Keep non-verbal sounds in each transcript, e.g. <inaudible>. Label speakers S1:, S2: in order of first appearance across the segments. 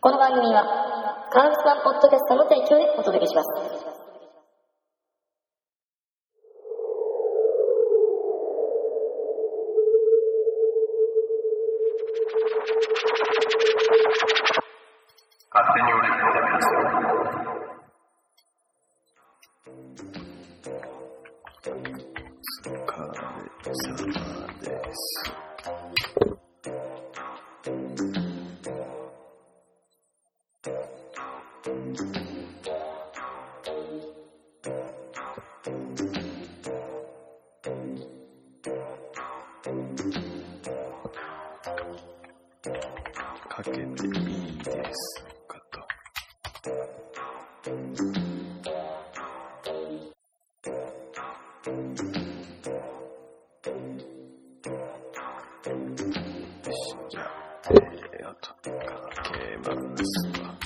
S1: この番組は、カウスワンポッドキャストの提供でお届けします。
S2: 勝手に売れる
S3: かけていいですかと。よし、じゃあ、えー、あと、かけますか。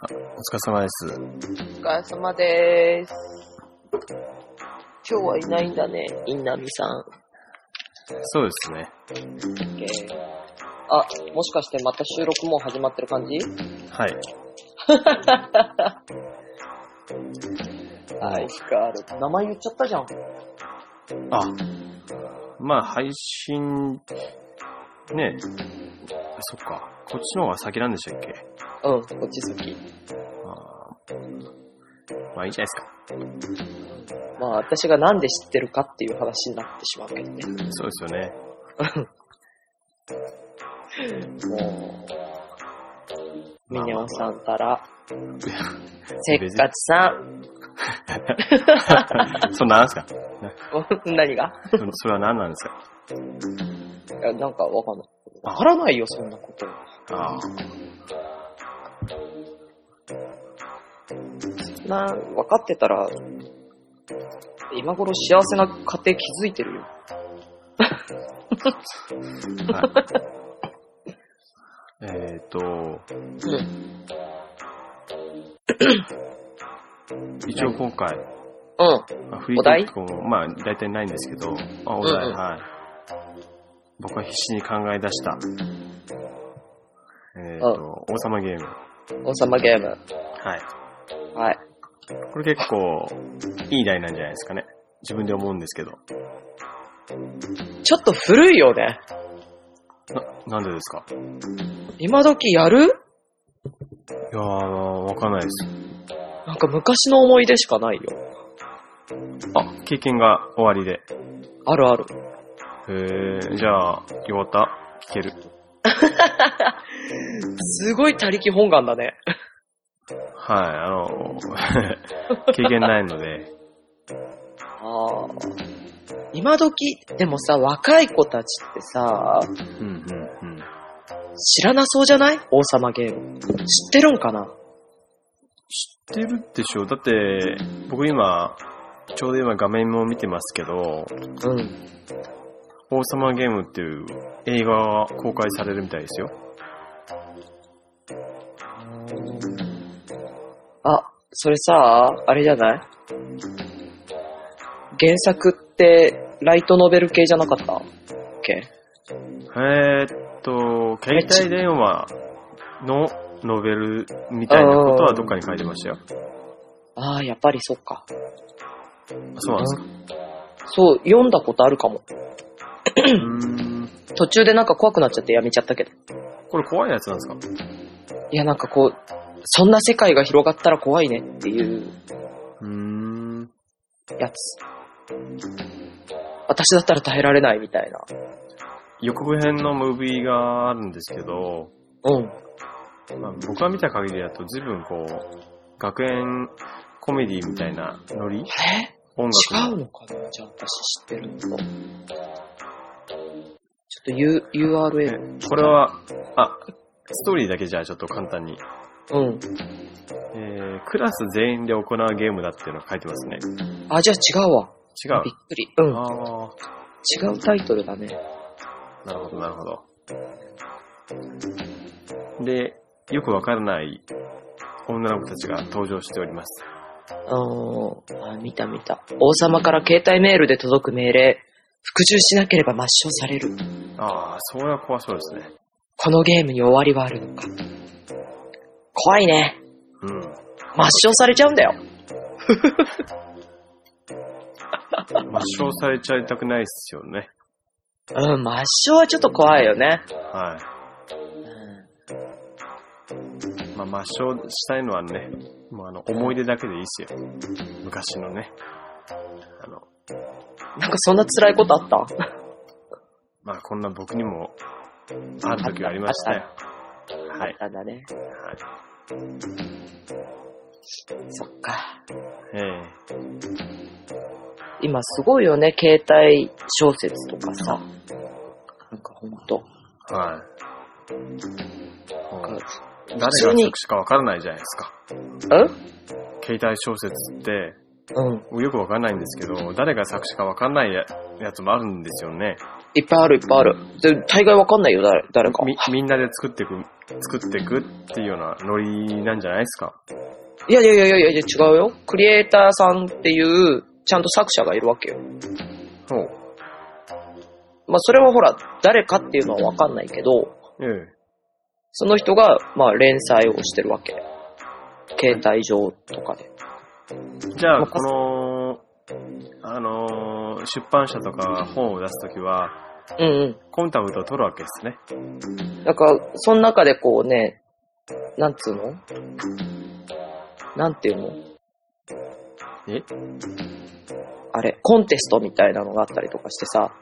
S3: あ、お疲れ様です。
S4: お疲れ様でーす。今日はいないんだね、インナミさん。
S3: そうですね。
S4: えーあ、もしかしてまた収録もう始まってる感じ
S3: はい。
S4: はい、ガール。名前言っちゃったじゃん。
S3: あ、まあ配信、ねあそっか。こっちの方が先なんでしたっけ
S4: うん、こっち好き。
S3: あーまあいいじゃないですか。
S4: まあ、私がなんで知ってるかっていう話になってしまうけどね。
S3: そうですよね。 <laughs>
S4: もう、
S3: まあ
S4: ミニオンさんたら、せ
S3: に
S4: っかちさん。 <laughs>
S3: それ何ですか
S4: 何が
S3: それそれは何なんですか
S4: いやなんかわかんない。わからないよ、そんなこと。
S3: ああ、
S4: な、分かってたら、今頃幸せな家庭築いてるよ。
S3: はい。えっ、ー、と、一応今回、
S4: うん。
S3: まあ、フリートークも、まあ大体ないんですけど、あ、お題、
S4: うんうん
S3: はい。僕は必死に考え出した、えっ、ー、と、王様ゲーム。
S4: 王様ゲーム。
S3: はい。
S4: はい。
S3: これ結構、いい題なんじゃないですかね。自分で思うんですけど。
S4: ちょっと古いよね。
S3: な、なんでですか
S4: 今時やる
S3: いやー、わかんないです。
S4: なんか昔の思い出しかないよ。
S3: あ、経験が終わりで。
S4: あるある。
S3: へー、じゃあ、よかった聞ける。
S4: すごい他力本願だね。
S3: はい、あの、経験ないの <laughs> で、
S4: ああ。今時、でもさ、若い子たちってさ、
S3: うんうんうん。
S4: 知らなそうじゃない王様ゲーム。知ってるんかな
S3: 知ってるでしょだって、僕今、ちょうど今画面も見てますけど、
S4: うん。
S3: 王様ゲームっていう映画が公開されるみたいですよ。
S4: あ、それさ、あれじゃない原作って、ライトノベル系じゃなかったっけ
S3: えーっと、携帯電話のノベルみたいなことはどっかに書いてましたよ。
S4: ああ、やっぱりそっか。
S3: そうなんですか。
S4: そう、読んだことあるかも。
S3: うーん。
S4: 途中でなんか怖くなっちゃってやめちゃったけど。
S3: これ怖いやつなんですか
S4: いや、なんかこう、そんな世界が広がったら怖いねっていう
S3: うーん。
S4: やつ。私だったら耐えられないみたいな。
S3: 予告編のムービーがあるんですけど、
S4: うん。
S3: まあ、僕が見た限りだと随分こう、学園コメディみたいなノリ
S4: え
S3: 音楽
S4: 違うのかなじゃあ私知ってるのと。ちょっと U、URL。
S3: えこれは、あ、ストーリーだけじゃあちょっと簡単に。
S4: うん。
S3: えー、クラス全員で行うゲームだっていうのが書いてますね。
S4: あ、じゃあ違うわ。
S3: 違う
S4: びっ。くり。うん。
S3: ああ。
S4: 違うタイトルだね。
S3: なるほど、なるほど。で、よくわからない女の子たちが登場しております。
S4: うん。あ、見た見た。王様から携帯メールで届く命令。服従しなければ抹消される。
S3: ああ、それは怖そうですね。
S4: このゲームに終わりはあるのか。怖いね。
S3: うん。
S4: 抹消されちゃうんだよ。
S3: 抹消されちゃいたくないっすよね。
S4: うん、抹消はちょっと怖いよね。
S3: は
S4: うん
S3: い。まあ、抹消したいのはね、もうあの、思い出だけでいいっすよ。昔のね。あの、
S4: なんかそんな辛いことあった
S3: まあ、こんな僕にも、ある時はありましたよ。はい。
S4: なんだね。
S3: はい。
S4: そっか。
S3: ええ
S4: 今すごいよね、携帯小説とかさ。なんかほんと。
S3: はい。も
S4: なん
S3: う
S4: か
S3: 誰が作詞かわからないじゃないですか。
S4: うん
S3: 携帯小説って、
S4: うん。
S3: よくわかんないんですけど、誰が作詞かわかんないややつもあるんですよね。
S4: いっぱいあるいっぱいある。で大概わかんないよ、誰誰か。
S3: み、みんなで作っていく、作っていくっていうようなノリなんじゃないですか。
S4: いやいやいやいやいや、違うよ。クリエイターさんっていう、ちゃんと作者がいるわけよ。
S3: そう。
S4: まあそれはほら、誰かっていうのはわかんないけど、
S3: ええ。
S4: その人が、まあ連載をしてるわけ。携帯上とかで。
S3: じゃあ、この、あのー出版社とか本を出すときは、
S4: うんうん。
S3: コンタクトを取るわけですね。
S4: なんか、その中でこうね、なんつうのなんていうの
S3: え
S4: あれ、コンテストみたいなのがあったりとかしてさ、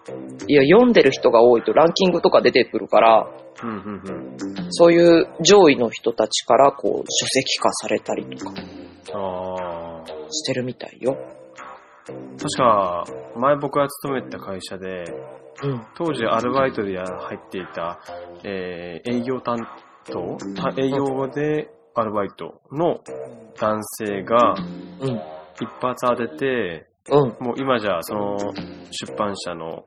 S4: いや、読んでる人が多いとランキングとか出てくるから、
S3: うんうんうん。
S4: そういう上位の人たちからこう、書籍化されたりとか
S3: ああ。
S4: してるみたいよ。
S3: 確か、前僕が勤めてた会社で、
S4: うん。
S3: 当時アルバイトでや入っていた、えー営業担当た営業でアルバイトの男性が
S4: うん。
S3: 一発当てて、
S4: うん。
S3: もう今じゃその出版社の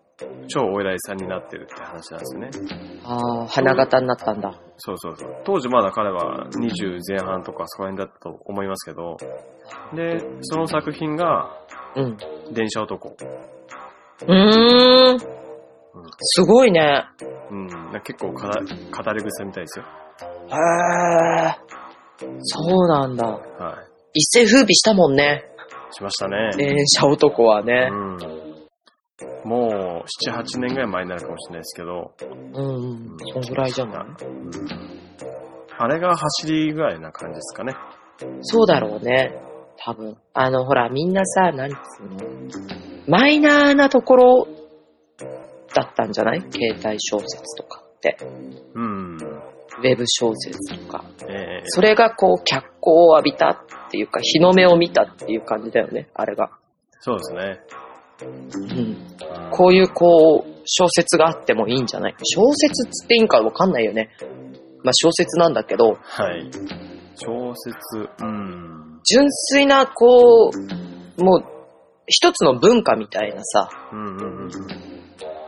S3: 超お偉いさんになってるって話なんですよね。
S4: ああ、花形になったんだ。
S3: そうそうそう。当時まだ彼は20前半とかそこら辺だったと思いますけど、で、その作品が
S4: うん。
S3: 電車男。
S4: うーん。すごいね。
S3: うん、なんか結構かだ語り草みたいですよ。
S4: へえ。そうなんだ。
S3: は
S4: 一世風靡したもんね。
S3: い。しましたね。
S4: 電車男はね。
S3: うんもう、7、8年ぐらい前になるかもしれないですけど、
S4: うんうん。そんぐらいじゃない
S3: うんあれが走りぐらいな感じですかね。
S4: そうだろうね。多分。あの、ほら、みんなさ、なんつうのマイナーなところだったんじゃない携帯小説とかって。
S3: うん。
S4: ウェブ小説とか。
S3: ええ
S4: それがこう、脚光を浴びたっていうか、日の目を見たっていう感じだよね、あれが。
S3: そうですね。
S4: うん。
S3: うん
S4: こういうこう、小説があってもいいんじゃない小説っつっていいんかわかんないよね。まあ小説なんだけど、
S3: はい。小説、うん。
S4: 純粋なこう、もう、一つの文化みたいなさ、
S3: うんうんうんうん。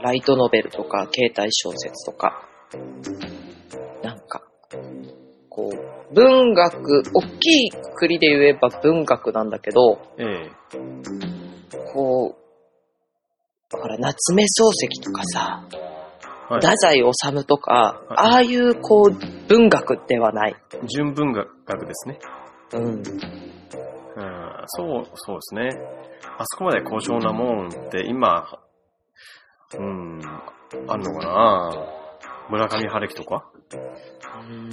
S4: ライトノベルとか、携帯小説とか、なんか、こう、文学、大きいくりで言えば文学なんだけど、
S3: ええ
S4: こう、ほら、夏目漱石とかさ、
S3: はい
S4: 太宰治とか、
S3: い
S4: ああいうこう、文学ではない。
S3: 純文学ですね。
S4: うん。
S3: うん。そう、そうですね。あそこまで高尚なもんって今、うん、あるのかな村上春樹とか
S4: うん、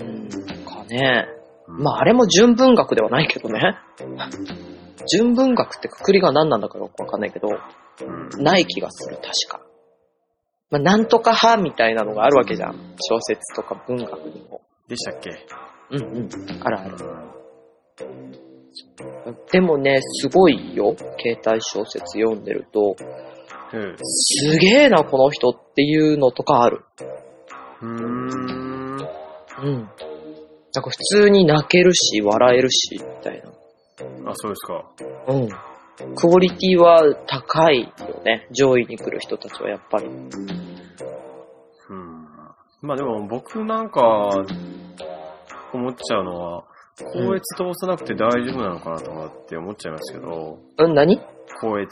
S4: かね。
S3: うん
S4: まあ、あれも純文学ではないけどね。純文学ってくくりが何なんだかよくわかんないけど、
S3: うん
S4: ない気がする、確か。まあ、なんとか派みたいなのがあるわけじゃん。小説とか文学にも。
S3: でしたっけ
S4: うんうん。あるある。でもね、すごいよ。携帯小説読んでると、
S3: うん。
S4: すげえな、この人っていうのとかある。
S3: うーん。
S4: うん。なんか普通に泣けるし、笑えるし、みたいな。
S3: あ、そうですか。
S4: うん。クオリティは高いよね。上位に来る人たちはやっぱり。
S3: うん。まあでも僕なんか思っちゃうのは、高越通さなくて大丈夫なのかなとかって思っちゃいますけど、
S4: うん、何
S3: 高越。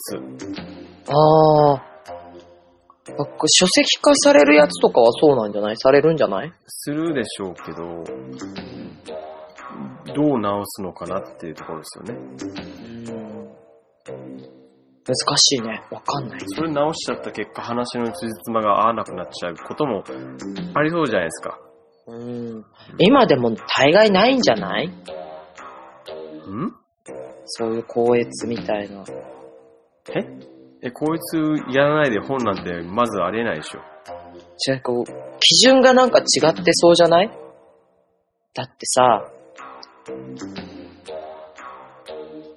S4: ああ。僕書籍化されるやつとかはそうなんじゃないされるんじゃない
S3: するでしょうけど、どう直すのかなっていうところですよね。
S4: うん。難しいね。わかんない。
S3: それ直しちゃった結果、話のつじつまが合わなくなっちゃうこともありそうじゃないですか。
S4: うん。今でも大概ないんじゃない
S3: ん
S4: そういう校閲みたいな。
S3: ええ、こいつやらないで本なんてまずありえないでしょ。
S4: 違う、こう、基準がなんか違ってそうじゃないだってさ、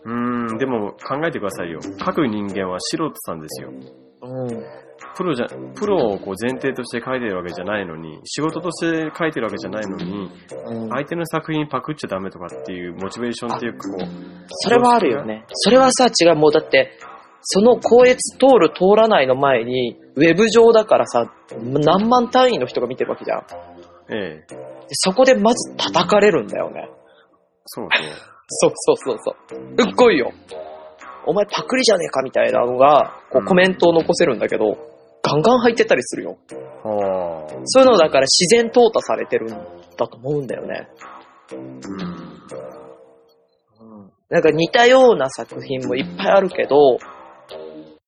S3: うーん、でも考えてくださいよ。各人間は素人さんですよ。
S4: うん。
S3: プロじゃ、プロをこう前提として書いてるわけじゃないのに、仕事として書いてるわけじゃないのに、
S4: うん、
S3: 相手の作品パクっちゃダメとかっていうモチベーションっていうかこう、
S4: それはあるよね。それはさ、違う。もうだって、その校閲通る通らないの前に、ウェブ上だからさ、何万単位の人が見てるわけじゃん。で
S3: ええ、
S4: そこでまず叩かれるんだよね。
S3: そう
S4: <laughs> そうそうそうそう。うっこいよ。お前パクリじゃねえかみたいなのが、こ
S3: う
S4: うんコメントを残せるんだけど、ガンガン入ってったりするよ。
S3: そう。はあ。
S4: そういうのだから自然淘汰されてるんだと思うんだよね。
S3: うん。
S4: なんか似たような作品もいっぱいあるけど、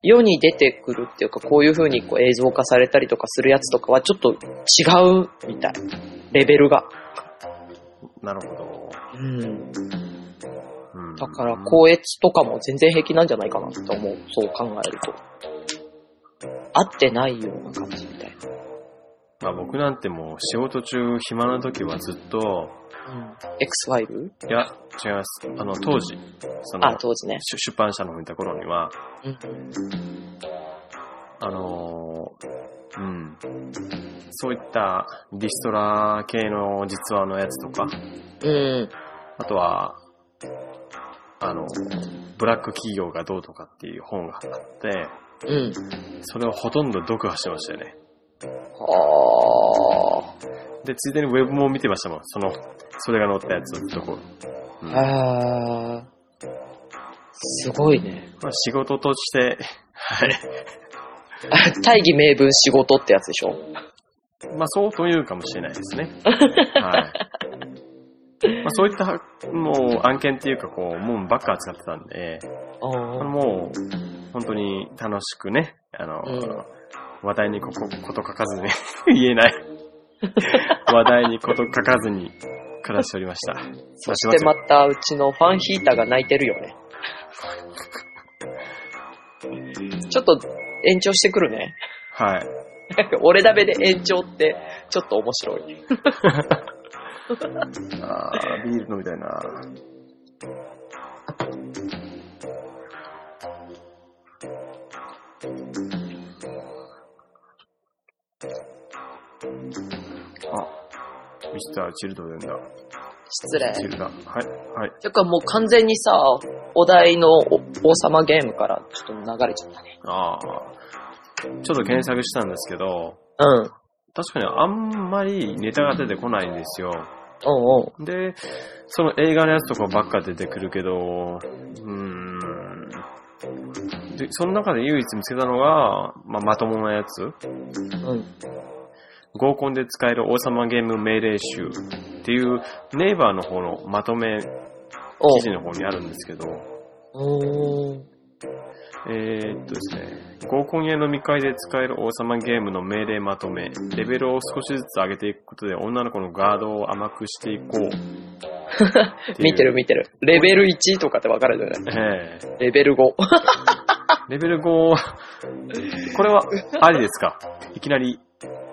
S4: 世に出てくるっていうか、こういう風にこう映像化されたりとかするやつとかはちょっと違うみたい。レベルが。
S3: なるほ
S4: うん。
S3: ど。うん、
S4: だから、高越とかも全然平気なんじゃないかなって思う。そう考えると。合ってないような感じみたいな。
S3: まあ僕なんてもう仕事中暇な時はずっと、
S4: うん。X ファイル
S3: いや、違います。あの、当時、その、
S4: あ、当時ね。
S3: 出出版社の方にいた頃には、
S4: うん。
S3: あのーうん。そういったリストラ系の実話のやつとか、
S4: うん。
S3: あとは、あの、ブラック企業がどうとかっていう本があって、
S4: うん。
S3: それをほとんど読破してましたよね。
S4: はあ。
S3: で、ついでにウェブも見てましたもん。その、それが載ったやつをずっとこう。うんま
S4: あーすごいね。
S3: あ、仕事として、 <laughs> はい。
S4: あ大義名分仕事ってやつでしょ
S3: まあそうというかもしれないですね。はい。まあそういった、もう案件っていうかこう、もうばっか扱ってたんで、
S4: うん。
S3: もう、本当に楽しくね、あの、
S4: うん
S3: 話題にこここと書かずに、 <laughs> 言え
S4: <laughs>
S3: ない。話題にこと書かずに暮らしておりました。
S4: そしてまたうちのファンヒーターが泣いてるよね。ちょっと延長してくるね。 <laughs>
S3: はい。
S4: 俺だべで延長ってちょっと面白い。
S3: あービール飲みたいな。あ、ミスターチルドレンだ。
S4: 失礼。
S3: チルだ。はい、はい。
S4: てかもう完全にさ、お題のお王様ゲームからちょっと流れちゃったね。
S3: ああ。ちょっと検索したんですけど、
S4: うん。
S3: 確かにあんまりネタが出てこないんですよ。
S4: おうん
S3: で、その映画のやつとかばっか出てくるけど、うーん。で、その中で唯一見つけたのが、まあ、まともなやつ。
S4: うん。うん。
S3: 合コンで使える王様ゲーム命令集っていうネイバーの方のまとめ
S4: お
S3: 記事の方にあるんですけど、
S4: う。うーん。
S3: えーっとですね、合コンや飲み会で使える王様ゲームの命令まとめ、レベルを少しずつ上げていくことで女の子のガードを甘くしていこ
S4: <laughs>
S3: うっていう
S4: 見てる見てる。レベル1とかってわかるじゃない
S3: ええ
S4: レベル5。
S3: レベル5、こ <laughs> れはありですかいきなり、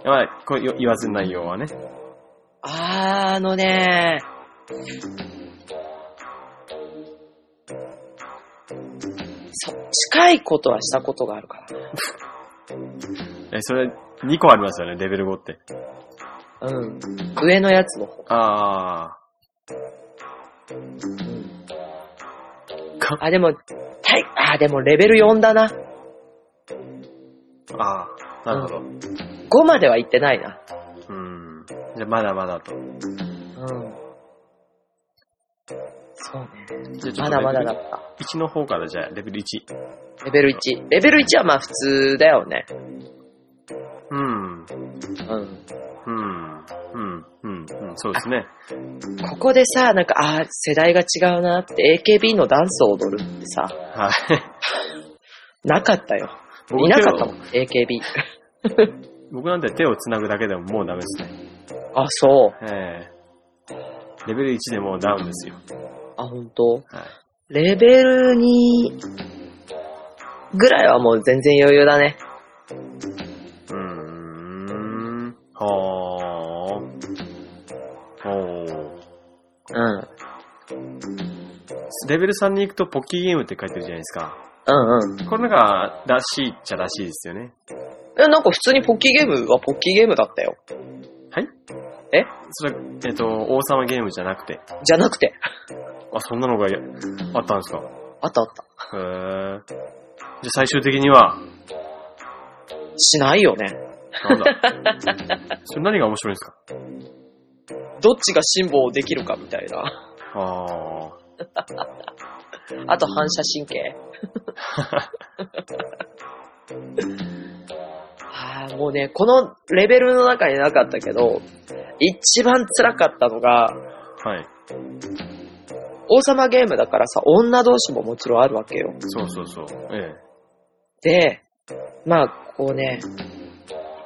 S3: まあ、これよ言わず内容はね。
S4: <laughs> あーあのねそ、近いことはしたことがあるから
S3: え、それ2個ありますよね、レベル5って。
S4: な。うん。上のやつの方。
S3: あ
S4: うん
S3: か
S4: あ、でも、たい、あー、でもレベル4だな。
S3: あ、ああ、なるほど。
S4: 5までは行ってないな。
S3: うん。じゃあまだまだと。
S4: うん。そうね。
S3: じゃあちょっと
S4: まだまだ
S3: レベ
S4: だ
S3: ル
S4: っ
S3: 1の方からじゃあレベル1。
S4: た。レベル1。レベル1はまあ普通だよね。
S3: うん。
S4: うん。
S3: うん。うん。うん。うん。そうですね。
S4: ここでさ、なんか、あー世代が違うなって AKB のダンスを踊るってさ、 <laughs>
S3: はい。
S4: なかったよ。
S3: 僕
S4: いなかったも
S3: 手
S4: ん、AKB。
S3: を僕なんて手を繋ぐだけでももうダメですね。
S4: あ、そう。
S3: ええレベル1でもうダウンですよ。
S4: あ、本当。
S3: はい。
S4: レベル2ぐらいはもう全然余裕だね。
S3: うーん。はー。ほー。
S4: うん。うん
S3: レベル3に行くとポッキーゲームって書いてるじゃないですか。
S4: うん。
S3: これなんからしいっちゃらしいですよね。
S4: え、なんか普通にポッキーゲームはポッキーゲームだったよ。
S3: はい
S4: え
S3: それ、えっと、王様ゲームじゃなくて。
S4: じゃなくて。
S3: あ、そんなのがやあったんですか
S4: あったあった。
S3: へー。じゃあ最終的には、
S4: しないよね。
S3: なんだそれ何が面白いんですか
S4: どっちが辛抱できるかみたいな。
S3: あー。
S4: あと反射神経。ああ、もうね、このレベルの中になかったけど、一番辛かったのが、
S3: はい。
S4: 王様ゲームだからさ、女同士ももちろんあるわけよ。
S3: そうそうそう。え
S4: で、まあ、こうね、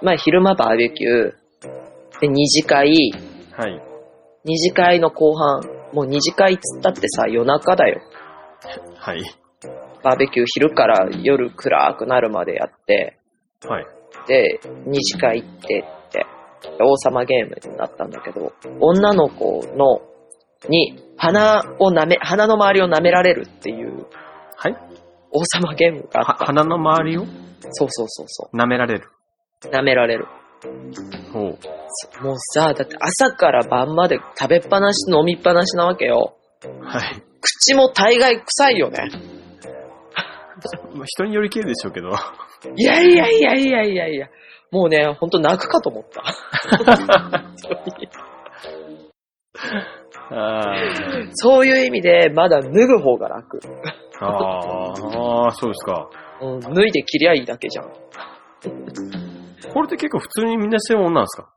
S4: まあ、昼間バーベキュー、で、二次会、
S3: え。はい。
S4: 二次会の後半、もう二次会っつったってさ、夜中だよ。
S3: はい。
S4: バーベキュー昼から夜暗くなるまでやって、
S3: はい。
S4: で、二次会行ってって、で王様ゲームになったんだけど、女の子の、に、鼻を舐め、鼻の周りを舐められるっていう
S3: はい
S4: 王様ゲームがあ
S3: は
S4: った。
S3: 鼻の周りを
S4: そうそうそうそ
S3: 舐められる。
S4: う。舐められる。
S3: ほう。
S4: もうさ、だって朝から晩まで食べっぱなし、飲みっぱなしなわけよ。
S3: はい。
S4: 口も大概臭いよね。
S3: まあ人によりきるでしょうけど。
S4: いやいやいやいやいやいや。もうね、ほんと泣くかと思った。本当に
S3: あー
S4: そういう意味で、まだ脱ぐ方が楽。
S3: あー、そうですか。
S4: うん、脱いで着りゃいいだけじゃん。
S3: これって結構普通にみんなしてるもんなんですか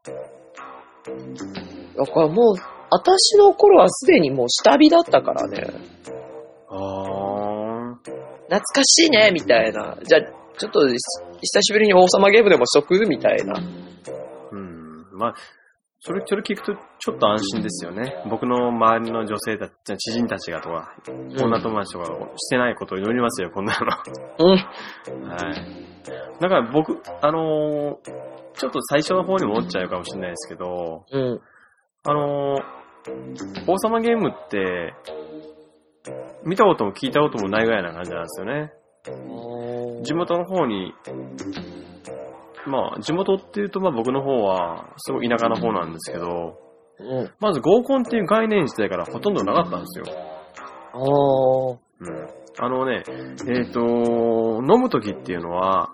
S4: だからもう、私の頃はすでにもう下火だったからね、
S3: あー。
S4: 懐かしいね、みたいな。じゃあ、ちょっと、久しぶりに王様ゲームでもしとくみたいな。
S3: うん。まあ、それ、それ聞くとちょっと安心ですよね。僕の周りの女性たち、知人たちがとか、女友達とかしてないことを祈りますよ、こんなの。
S4: うん。
S3: はい。だから僕、あのーちょっと最初の方に戻っちゃうかもしれないですけど、
S4: うん。
S3: あのー王様ゲームって、見たことも聞いたこともないぐらいな感じなんですよね。地元の方に、まあ、地元っていうと、まあ僕の方は、すごい田舎の方なんですけど、
S4: うん。
S3: まず合コンっていう概念自体からほとんどなかったんですよ。
S4: あー。
S3: うん。あのね、えっ、と、飲む時っていうのは、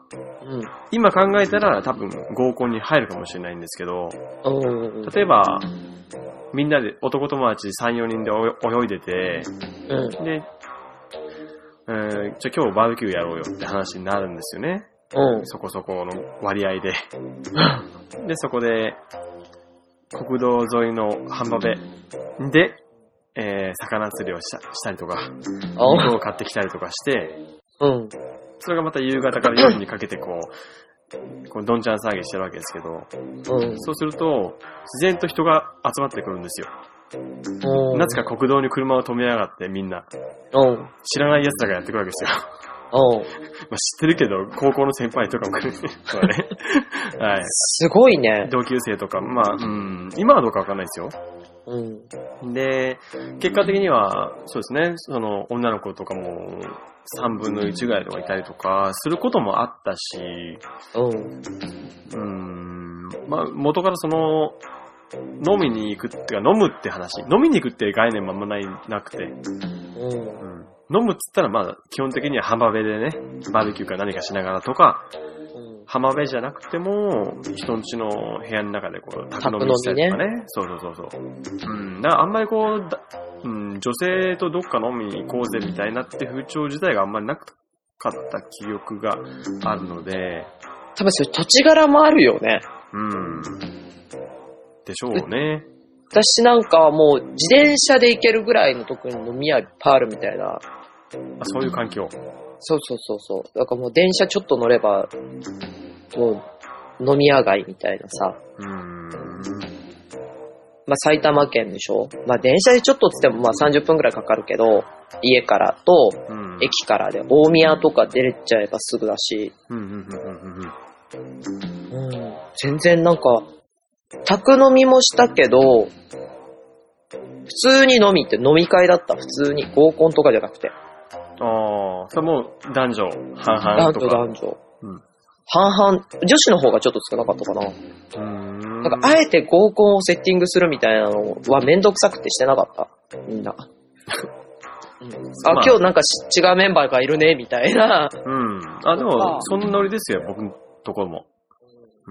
S4: うん。
S3: 今考えたら多分合コンに入るかもしれないんですけど、
S4: うん。
S3: 例えば、みんなで男友達3、4人で泳いでて、
S4: うん。
S3: で、えーじゃあ今日バーベキューやろうよって話になるんですよね。
S4: うん。
S3: そこそこの割合で。 <laughs> で、そこで、国道沿いの半バベで、えー魚釣りをしたしたりとか、
S4: あ
S3: 肉を買ってきたりとかして、
S4: うん。
S3: それがまた夕方から夜にかけてこう、こうどんちゃん騒ぎしてるわけですけど、
S4: うん。
S3: そうすると、自然と人が集まってくるんですよ。
S4: うん。
S3: なぜか国道に車を止めやがってみんな、
S4: うん。うん。
S3: 知らない奴らがやってくるわけですよ。まあ、知ってるけど、高校の先輩とかも来るんですよね。はい。
S4: すごいね。
S3: 同級生とか、まあ、うん、今はどうかわかんないですよ。
S4: うん。
S3: で、結果的には、そうですね、その、女の子とかも、3分の1ぐらいとかいたりとか、することもあったし、
S4: うん。
S3: うーんまあ、元からその、飲みに行くっていうか、飲むって話。飲みに行くっていう概念もあんまない、なくて。
S4: うん
S3: う。ん。飲むっつったら、まあ、基本的には浜辺でね、バーベキューか何かしながらとか、
S4: うん。
S3: 浜辺じゃなくても、人んちの部屋の中でこう、宅飲みしたりとかね。そうそうそうそう。うん。だからあんまりこう、だうん、女性とどっか飲みに行こうぜみたいなって風潮自体があんまりなかった記憶があるので、
S4: 多分それ土地柄もあるよね。
S3: うん。でしょうね。
S4: 私なんかはもう自転車で行けるぐらいの特に飲み屋いっぱいあるみたいな。
S3: あそういう環境。
S4: そうそうそうそう。だからもう電車ちょっと乗れば、もう飲み屋街みたいなさ。
S3: うん。
S4: まあ埼玉県でしょまあ電車でちょっとっつってもまあ30分ぐらいかかるけど、家からと
S3: うん。
S4: 駅からで大宮とか出れちゃえばすぐだし、
S3: うんうんうんうんうん。
S4: うん、全然なんか、宅飲みもしたけど、普通に飲みって飲み会だった、普通に。合コンとかじゃなくて。
S3: ああ、それもう男女半々と
S4: 男女
S3: か。
S4: 男女。
S3: うん
S4: 半々、女子の方がちょっと少なかったかな。
S3: うん。
S4: なんか、あえて合コンをセッティングするみたいなのはめんどくさくてしてなかった。みんな。うん <laughs> あ、
S3: まあ
S4: 今日なんかし違うメンバーがいるね、みたいな。
S3: うん。あ、でも、そんなノリですよ、僕のところも。う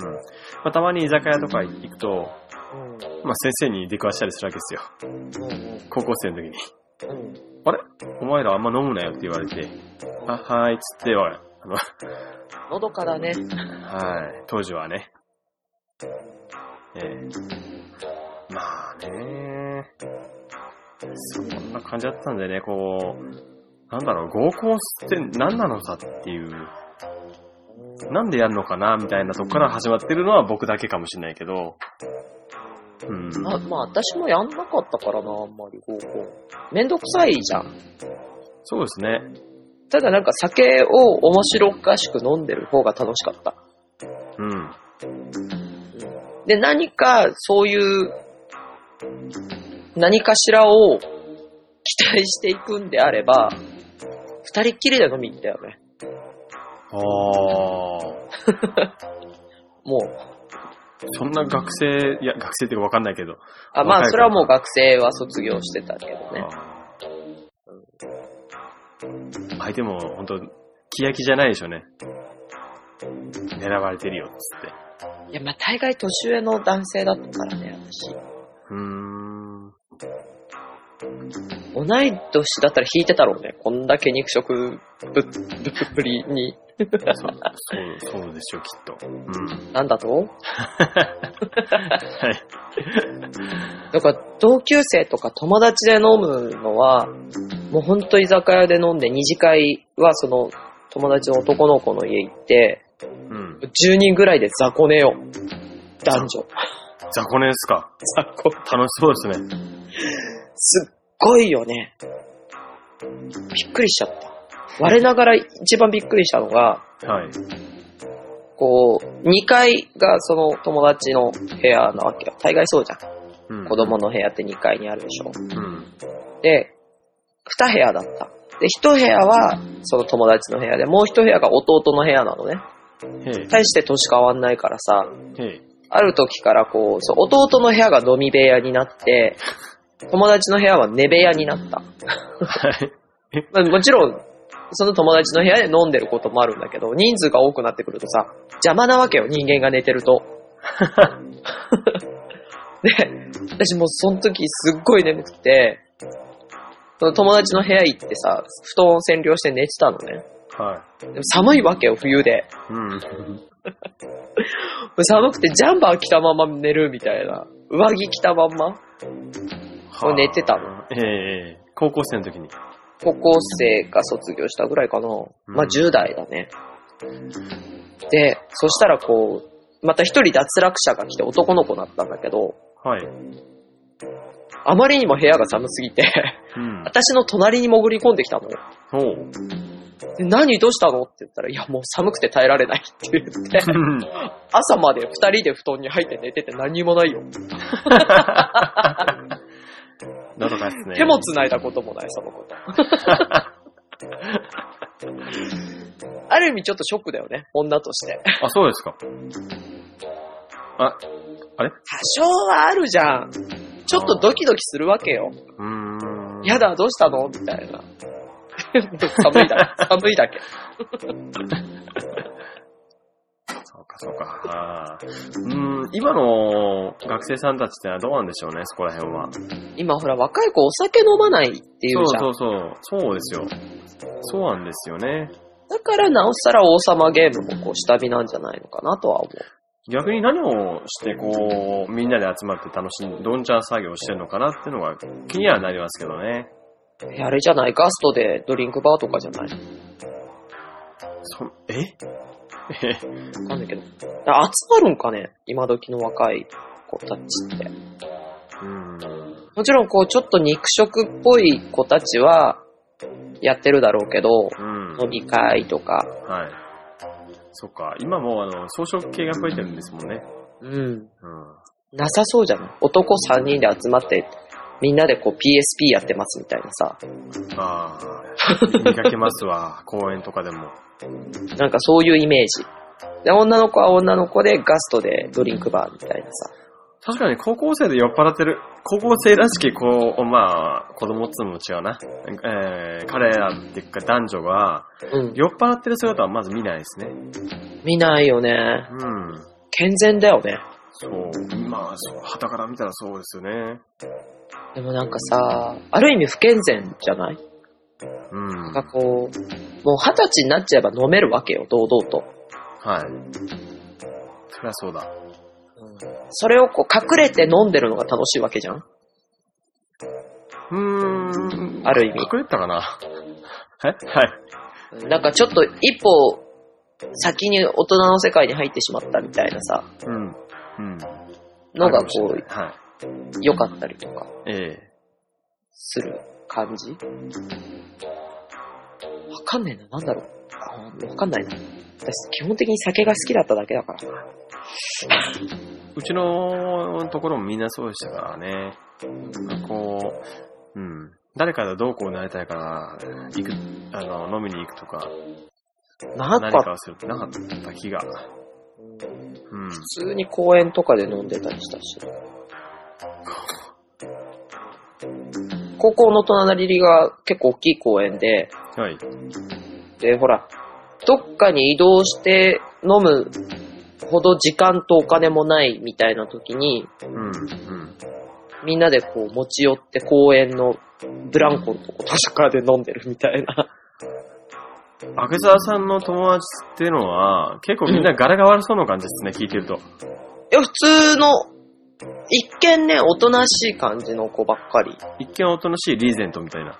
S3: ん。まあ、たまに居酒屋とか行くと、まあ、先生に出くわしたりするわけですよ。高校生の時に。お前らあんま飲むなよって言われて、あ、はーい、つって、おいあの、
S4: のどかだね。
S3: はい。当時はね。ええまあね。そんな感じだったんでね、こう、なんだろう、合コンって何なのかっていう、なんでやるのかな、みたいなとこから始まってるのは僕だけかもしれないけど、うん。
S4: あまあ、私もやんなかったからな、あんまり合コン。めんどくさいじゃん。
S3: そうですね。
S4: ただなんか酒を面白おかしく飲んでる方が楽しかった。
S3: うん。
S4: で、何かそういう、何かしらを期待していくんであれば、二人っきりで飲み行ったよね。
S3: ああ。
S4: もう。
S3: そんな学生、いや、学生っていうかわかんないけど。
S4: あ、ま
S3: 若
S4: あ、
S3: い
S4: それはもう学生は卒業してたけどね。
S3: あー相手も本当、気焼きじゃないでしょうね。狙われてるよ、つって。
S4: いや、まあ、大概年上の男性だったからね、私。
S3: うーん。
S4: 同い年だったら引いてたろうね。こんだけ肉食ぶぶっぷりに。
S3: そそう、そうでしょう、きっと。うん。
S4: なんだと
S3: はい。
S4: だから同級生とか友達で飲むのは、もうほんと居酒屋で飲んで、二次会はその友達の男の子の家行って、
S3: うん。
S4: 10人ぐらいで雑魚寝よう。男女。
S3: 雑魚寝ですか。
S4: 雑魚。
S3: 楽しそうですね。
S4: すっごいよね。びっくりしちゃった。我ながら一番びっくりしたのが、
S3: はい。
S4: こう、2階がその友達の部屋なわけよ。大概そうじゃん。
S3: うん、
S4: 子供の部屋って2階にあるでしょ。
S3: うん。
S4: で、二部屋だった。で、一部屋はその友達の部屋で、もう一部屋が弟の部屋なのね。
S3: へい
S4: 大して年変わんないからさ、
S3: へい
S4: ある時からこう、そう弟の部屋が飲み部屋になって、友達の部屋は寝部屋になった。
S3: はい。
S4: まあもちろん、その友達の部屋で飲んでることもあるんだけど、人数が多くなってくるとさ、邪魔なわけよ、人間が寝てると。
S3: <laughs>
S4: で、私もうその時すっごい眠くて、その友達の部屋行ってさ、布団を占領して寝てたのね。
S3: は
S4: でも寒いわけよ、冬で。
S3: い。うん。
S4: 寒くてジャンバー着たまま寝るみたいな。上着着たまんま
S3: はあ
S4: 寝てたの。
S3: ええええ高校生の時に。
S4: 高校生が卒業したぐらいかな。まあ、10代だね。で、そしたらこう、また一人脱落者が来て男の子だったんだけど、
S3: はい。
S4: あまりにも部屋が寒すぎて、
S3: うん。
S4: 私の隣に潜り込んできたのよ。
S3: おう。
S4: で何どうしたのって言ったら、いやもう寒くて耐えられないって言って、
S3: <laughs>
S4: <laughs> 朝まで二人で布団に入って寝てて何もないよ。
S3: なるほどですね。
S4: 手も繋いだこともない、そのこと。 <laughs> ある意味ちょっとショックだよね、女として。
S3: あ、そうですか。あ、あれ
S4: 多少はあるじゃん。ちょっとドキドキするわけよ。
S3: うーん。
S4: やだ、どうしたのみたいな。寒いだけ、寒いだけ。
S3: あそうか、そうか。あーうん、今の学生さんたちってのはどうなんでしょうね、そこら辺は。
S4: 今ほら、若い子お酒飲まないっていうじゃ
S3: そ
S4: ん
S3: う。そうそう。そうですよ。そうなんですよね。
S4: だから、なおさら王様ゲームもこう、下火なんじゃないのかなとは思う。
S3: 逆に何をして、こう、みんなで集まって楽しんどんちゃん作業してるのかなっていうのが気にはなりますけどね。
S4: えあれじゃないガストでドリンクバーとかじゃない
S3: そええ
S4: わかんないけど。あ集まるんかね今時の若い子たちって。
S3: うん。
S4: もちろん、こう、ちょっと肉食っぽい子たちは、やってるだろうけど、
S3: うん。
S4: 飲み会とか、
S3: はい。そっか。今もう、あの、装飾系が増えてるんですもんね。
S4: うん。
S3: うん。
S4: なさそうじゃない男3人で集まって、みんなでこう PSP やってますみたいなさ。
S3: ああ、 <laughs> 見かけますわ。公園とかでも。
S4: なんかそういうイメージ。で、女の子は女の子でガストでドリンクバーみたいなさ。
S3: 確かに高校生で酔っ払ってる、高校生らしきこう、まあ、子供っつうのも違うな。えー、彼らっていうか男女が、
S4: うん。
S3: 酔っ払ってる姿はまず見ないですね。
S4: 見ないよね。
S3: うん。
S4: 健全だよね。
S3: そう。まあ、そう、旗から見たらそうですよね。
S4: でもなんかさ、ある意味不健全じゃない
S3: うん。
S4: なん
S3: は
S4: かこう、もう二十歳になっちゃえば飲めるわけよ、堂々と。
S3: い。そりゃそうだ。
S4: それをこう隠れて飲んでるのが楽しいわけじゃん
S3: うーん。
S4: ある意味
S3: 隠れてたかなえはい。
S4: なんかちょっと一歩先に大人の世界に入ってしまったみたいなさ、
S3: うん。うん。
S4: の
S3: ある
S4: がこう
S3: かもしれないはい。
S4: 良かったりとか
S3: え
S4: する感じわかんねえな、なんだろう。あわかんないな。私基本的に酒が好きだっただけだから。
S3: えうちのところもみんなそうでしたからね。なんかこう、うん。誰かがどうこうなりたいから、行く、あの、飲みに行くとか、
S4: なん
S3: 何
S4: か
S3: かをするってなかった気が。うん。
S4: 普通に公園とかで飲んでたりしたし。高校の隣が結構大きい公園で、
S3: はい。
S4: で、ほら、どっかに移動して飲むほど時間とお金もないみたいな時に、
S3: うん。うん。
S4: みんなでこう持ち寄って公園のブランコのとこ、図書館で飲んでるみたいな。
S3: アケザさんの友達っていうのは、結構みんな柄が悪そうな感じですね、聞いてると。
S4: <laughs> いや、普通の、一見ね、おとなしい感じの子ばっかり。
S3: 一見おとなしいリーゼントみたいな。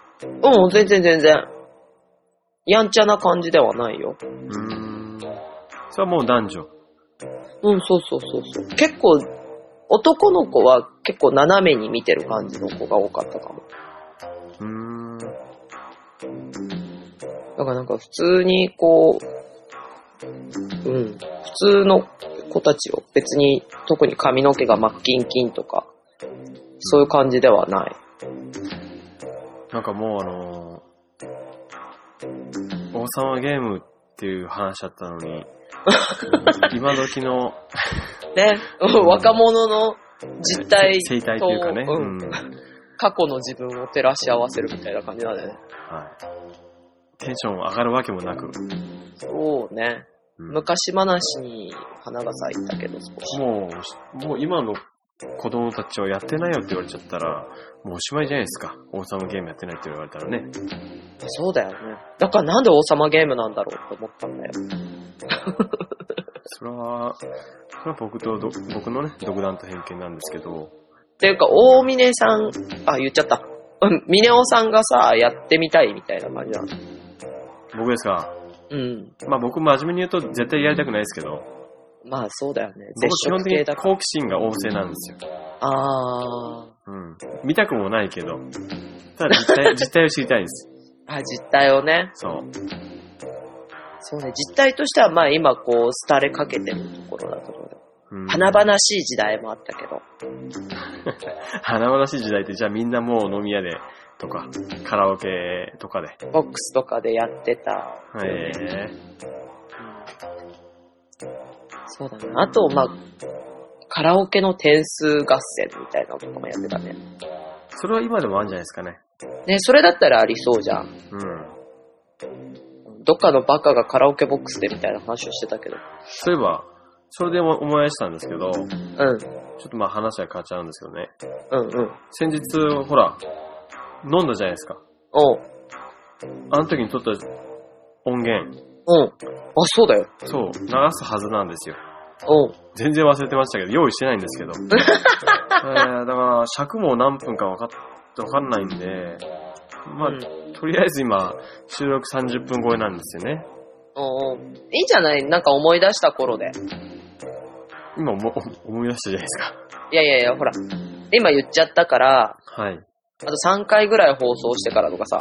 S4: うん、全然全然。やんちゃな感じではないよ。
S3: うーん。それはもう男女。
S4: うん、そうそうそうそう。結構、男の子は結構斜めに見てる感じの子が多かったかも。
S3: うーん。
S4: だからなんか普通にこう、うん、普通の子たちを別に特に髪の毛がマッキンキンとか、そういう感じではない。
S3: なんかもうあのー王様ゲームっていう話だったの
S4: <laughs>
S3: に、今時の
S4: ね、うん若者の実態
S3: 生態
S4: と
S3: というかね、
S4: う
S3: う
S4: ん
S3: んはい、
S4: 過去の自分を照らし合わせるみたいな感じなんだよね。
S3: テンション上がるわけもなく、
S4: そうね。
S3: うん
S4: 昔話に花が咲いたけど、少し。
S3: もう、もう今の子供たちはやってないよって言われちゃったら、もうおしまいじゃないですか。王様ゲームやってないって言われたらね。
S4: そうだよね。だからなんで王様ゲームなんだろうって思ったんだよ。
S3: それは、それは僕とど、僕のね、独断と偏見なんですけど、
S4: っていうか、大峰さん、あ、言っちゃった。うん、峰尾さんがさ、やってみたいみたいな感じなの。
S3: 僕ですか、
S4: うん。
S3: まあ僕真面目に言うと絶対やりたくないですけど、
S4: まあ、そうだよね。
S3: 僕基
S4: 絶
S3: 本
S4: 食
S3: 的
S4: 系
S3: に
S4: だか
S3: 好奇心が旺盛なんですよ。
S4: ら。あー。
S3: うん。見たくもないけど、ただ実態、実 <laughs> 態を知りたいんです。
S4: あ、実態をね。
S3: そう。
S4: そうね。実態としては、まあ、今、こう、廃れかけてるところだけど、
S3: うん
S4: 華々しい時代もあったけど。
S3: 華々しい時代って、じゃあみんなもう飲み屋で、とか、カラオケとかで。
S4: ボックスとかでやってた。
S3: へえ
S4: そうだね。あと、まあ、カラオケの点数合戦みたいなのとかもやってたね。
S3: それは今でもあるんじゃないですかね。
S4: ね、それだったらありそうじゃん。
S3: うん。
S4: どっかのバカがカラオケボックスでみたいな話をしてたけど。
S3: そういえば、それでも思い出したんですけど、ちょ
S4: うん。
S3: っとまあ話は変わっちゃうんですけどね。
S4: うんうん。
S3: 先日、ほら、飲んだじゃないですか。
S4: おう。
S3: あの時に撮った音源、
S4: うん。あ、そうだよ。
S3: そう、流すはずなんですよ。
S4: おう。
S3: 全然忘れてましたけど、用意してないんです
S4: <laughs>
S3: けど。えー、だから、尺も何分か分かっ分かんないんで、まあ、
S4: うん
S3: とりあえず今、収録30分超えなんですよね。
S4: おうおういいんじゃないなんか思い出した頃で。
S3: 今思思い出したじゃないですか。
S4: いやいやいや、ほら。今言っちゃったから、
S3: はい。
S4: あと3回ぐらい放送してからとかさ、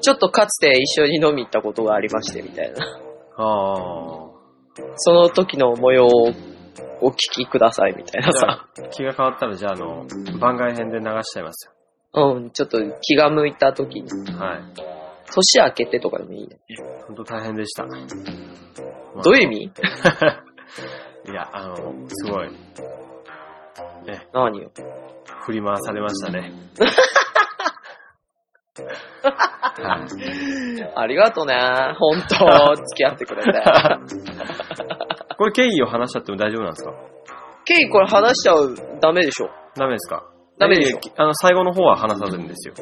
S4: ちょっとかつて一緒に飲み行ったことがありましてみたいな、
S3: ああ。
S4: その時の模様をお聞きくださいみたいな
S3: じゃ
S4: さ、
S3: あ、気が変わったら、じゃあ、あの、番外編で流しちゃいます
S4: うん、ちょっと気が向いた時に、
S3: よ。はい。
S4: 年明けてとかでもいいね。
S3: 本当大変でした。
S4: どういう意味
S3: いや、あの、すごい、
S4: 何よ。
S3: 振り回されましたね。
S4: <laughs>
S3: はい
S4: ありがとね、本当付き合ってく <laughs> れて。
S3: <laughs> これ経緯を話しちゃっても大丈夫なんですか
S4: ケイこれ話しちゃうダメでしょ。
S3: ダメですか
S4: ダメでしょ
S3: いやいやあの、最後の方は話さずにですよ。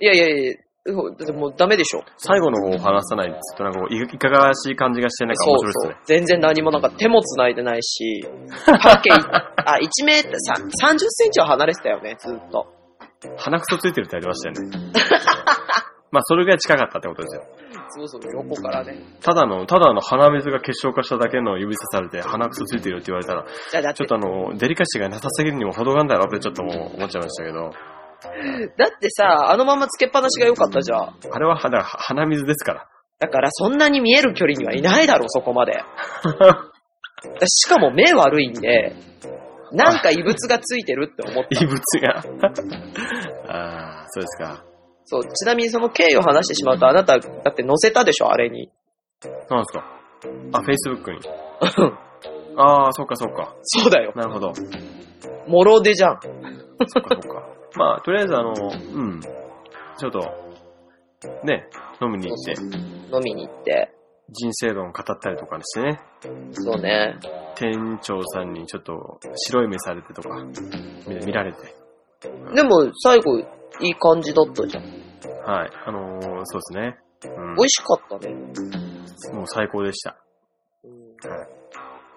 S4: いやいやいや、うんだってもうダメでしょ。
S3: 最後の方を話さないってちょっとなんかこう、いいかがわしい感じがして、なんか面白いですね。
S4: 全然何もなんか手も繋いでない
S3: <laughs>
S4: し、半径、あ、1メーター、さ30センチは離れてたよね、ずっと。
S3: 鼻くそついてるってありましたよね。 <laughs> まあ、それぐらい近かったってことですよ。
S4: そうそう、横からね。
S3: ただの、ただの鼻水が結晶化しただけの指さされて鼻くそついてるよって言われたら、
S4: じゃあだっ
S3: ちょ
S4: て
S3: っ、とあの、デリカシーがなさすぎるにも程があるんだろうってちょっともう思っちゃいましたけど、
S4: だってさ、あのままつけっぱなしが良かったじゃん。
S3: あれは、だから鼻水ですから。
S4: だからそんなに見える距離にはいないだろ、そこまで。
S3: <laughs>
S4: だしかも目悪いんで、なんか異物がついてるって思って。
S3: 異物が。 <laughs> ああ、そうですか。
S4: そう、ちなみにその経緯を話してしまうと、あなた、だって載せたでしょ、あれに。
S3: なんですかあ、Facebook に。ああ、そっかそっか。
S4: そうだよ。
S3: なるほど。
S4: もろでじゃん。
S3: そっかそっか。 <laughs> まあ、とりあえずあの、うん。ちょっと、ね、飲みに行って、
S4: 飲みに行って。
S3: 人生論を語ったりとかしてね、
S4: そうね。
S3: 店長さんにちょっと白い目されてとか、見見られて。
S4: でも、最後、いい感じだったじゃん。
S3: はい。あのーそうですね。うん
S4: 美味しかったね。
S3: もう最高でした。
S4: っ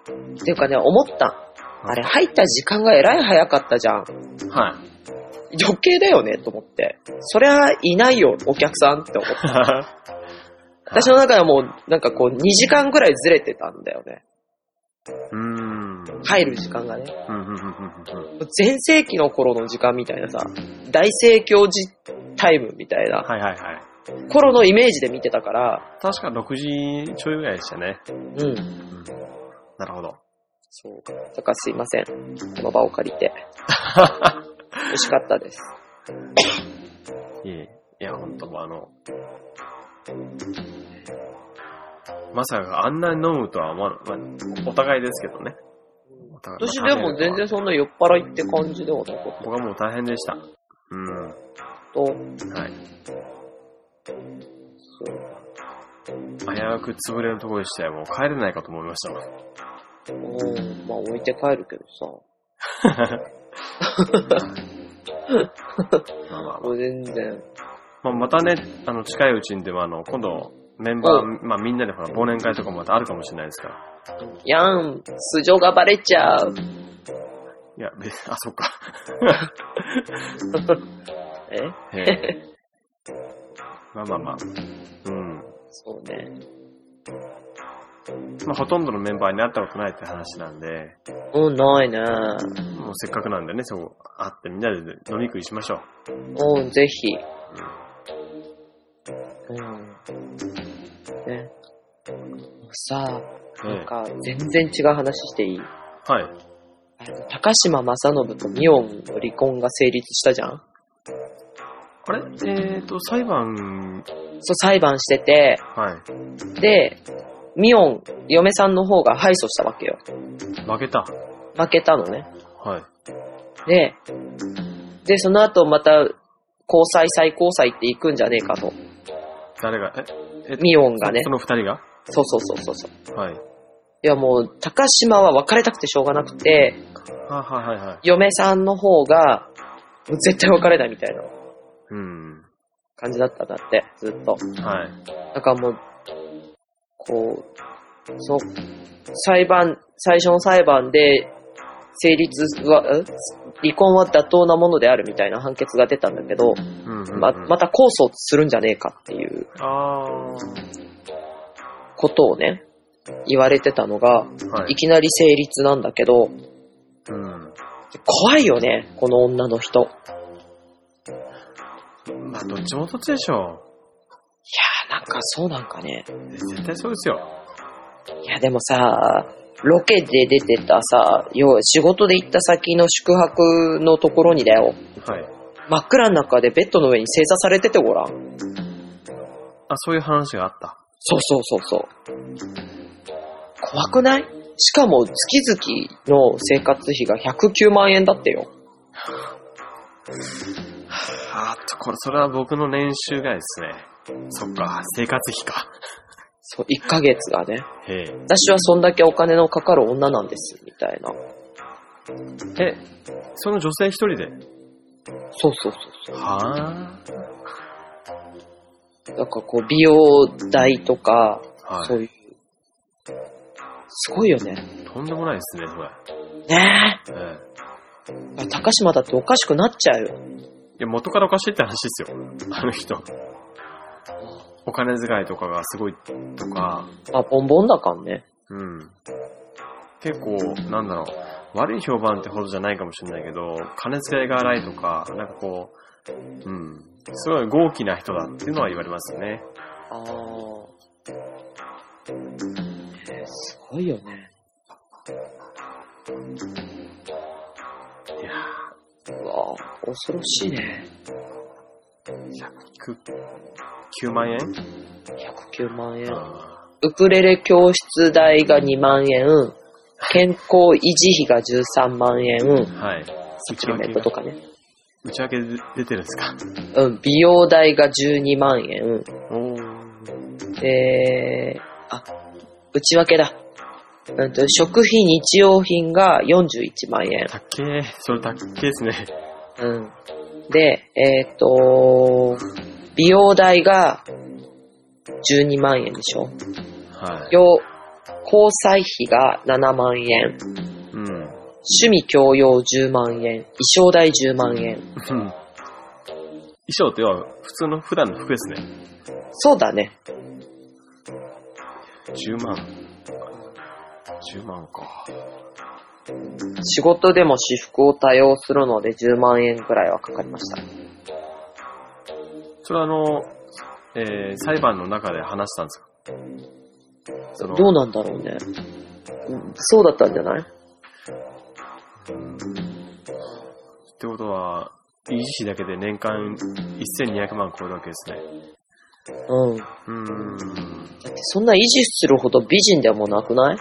S4: ていうかね、思った。あれ、入った時間がえらい早かったじゃん。
S3: はい。
S4: 余計だよね、と思って。そりゃ、いないよ、お客さんって思って。私の中ではもう、なんかこう、2時間ぐらいずれてたんだよね。
S3: <laughs> うーん。
S4: 入る時間がね。
S3: うんうんうんうんうん
S4: 全盛期の頃の時間みたいなさ、大盛況時タイムみたいな
S3: はいはいはい。
S4: 頃のイメージで見てたから、
S3: 確か6時ちょいぐらいでしたね。
S4: うん。
S3: うんなるほど。
S4: そう。だからすいません。この場を借り <laughs> て。美味しかったです。
S3: いえいえいや、ほんともうあの、まさかあんなに飲むとは思わな、まあ、お互いですけどね。お互い
S4: 私でも全然。そんな酔っ払いって感じではなかった
S3: 僕はもう大変でした。うん。
S4: と、
S3: はい。
S4: そう
S3: 危うく潰れるところでしたよ。もう帰れないかと思いましたわ。
S4: うん、まあ置いて帰るけどさ、
S3: まあまあまあ
S4: これ全然、
S3: まあ、またね、あの、近いうちにでも、あの、今度、メンバー、まあ、みんなでほら、忘年会とかもまたあるかもしれないですから。
S4: やん、素性がバレちゃう。 <laughs>
S3: いや、別あ、そっか。
S4: え
S3: へえ。
S4: <laughs>
S3: まあまあまあ。うん。
S4: そうね。
S3: まあ、ほとんどのメンバーに会ったことないって話なんで、
S4: うん、ないね。
S3: もうせっかくなんでね、そう、会ってみんなで飲み食いしましょう。
S4: うん、ぜひ。うん。ね。さあ、
S3: え
S4: なん
S3: え
S4: か、全然違う話していい
S3: はい。
S4: あの高島正信とミオンの離婚が成立したじゃん
S3: あれえっ、ー、と、裁判、
S4: そう、裁判してて、
S3: はい。
S4: で、ミオン、嫁さんの方が敗訴したわけよ。
S3: 負けた。
S4: 負けたのね。
S3: はい。
S4: で、で、その後また、交際再交際って行くんじゃねえかと。
S3: 誰が、え、え
S4: ミオンがね
S3: そ。の二人が
S4: そうそうそうそうそう。
S3: はい。
S4: いやもう、高島は別れたくてしょうがなくて、
S3: はあ、はいはいはい。
S4: 嫁さんの方が、もう絶対別れないみたいな
S3: うん。
S4: 感じだったんだって、ずっと。
S3: はい。
S4: だからもう、こう、そう、裁判、最初の裁判で、成立は、ん離婚は妥当なものであるみたいな判決が出たんだけど、
S3: うんうん、うん。
S4: ま、また控訴するんじゃねえかっていう
S3: あ
S4: ことをね、言われてたのが、
S3: ー。はい
S4: い。きなり成立なんだけど、
S3: うん。
S4: 怖いよね、この女の人。いや
S3: まあ、どっちもどっちでしょ
S4: ー、なんかそうなんかね。
S3: う。絶対そうですよ。
S4: いや、でもさ、ロケで出てたさ、要は仕事で行った先の宿泊のところにだよ、
S3: はい。
S4: 真っ暗の中でベッドの上に正座されててごらん。
S3: あ、そういう話があった。
S4: そうそうそうそう。怖くないしかも月々の生活費が109万円だってよ。
S3: あーっと、これ、それは僕の練習がですね。そっか、生活費か。
S4: そう、1ヶ月がね。
S3: へえ。
S4: 私はそんだけお金のかかる女なんです、みたいな。
S3: え、その女性一人で
S4: そうそうそうそう。
S3: は
S4: なんかこう、美容代とか、
S3: あ。は
S4: そういう。すごいよね。
S3: い。とんでもないですね、これ。
S4: ね
S3: え
S4: え。高島だっておかしくなっちゃうよ。
S3: えいや、元からおかしいって話ですよ。あの人。お金遣いとかがすごいとか、
S4: まあ、ボンボンだかんね。
S3: うん。結構、なんだろう。悪い評判ってほどじゃないかもしれないけど、金遣いが荒いとか、なんかこう、うん。すごい豪気な人だっていうのは言われますね。
S4: ああ。えーすごいよね。
S3: いや
S4: うわー恐ろしいね。
S3: ー、9万円
S4: 109万円。
S3: あ
S4: ウクレレ教室代が2万円。健康維持費が13万円。
S3: ーはい。
S4: サプリメントとかね。
S3: 内訳で出てるんですか
S4: うん、美容代が12万円。
S3: おー。
S4: えー、あ、内訳だ。うんと、食費、日用品が41万円。
S3: たっけー。それたっけーですね。
S4: うん。で、えっ、と、美容代が12万円でしょ。
S3: はい。
S4: よ、交際費が7万円。
S3: うん。
S4: 趣味教養10万円。衣装代10万円。
S3: うん衣装って要は普通の普段の服ですね。
S4: そうだね。
S3: 10万。10万か。
S4: 仕事でも私服を多用するので10万円くらいはかかりました。
S3: それはあの、えー、裁判の中で話したんですかその、
S4: どうなんだろうね。うんそうだったんじゃない
S3: ってことは、維持費だけで年間1200万超えるわけですね。
S4: うん。だ
S3: うーん。
S4: ってそんな維持するほど美人でもなくない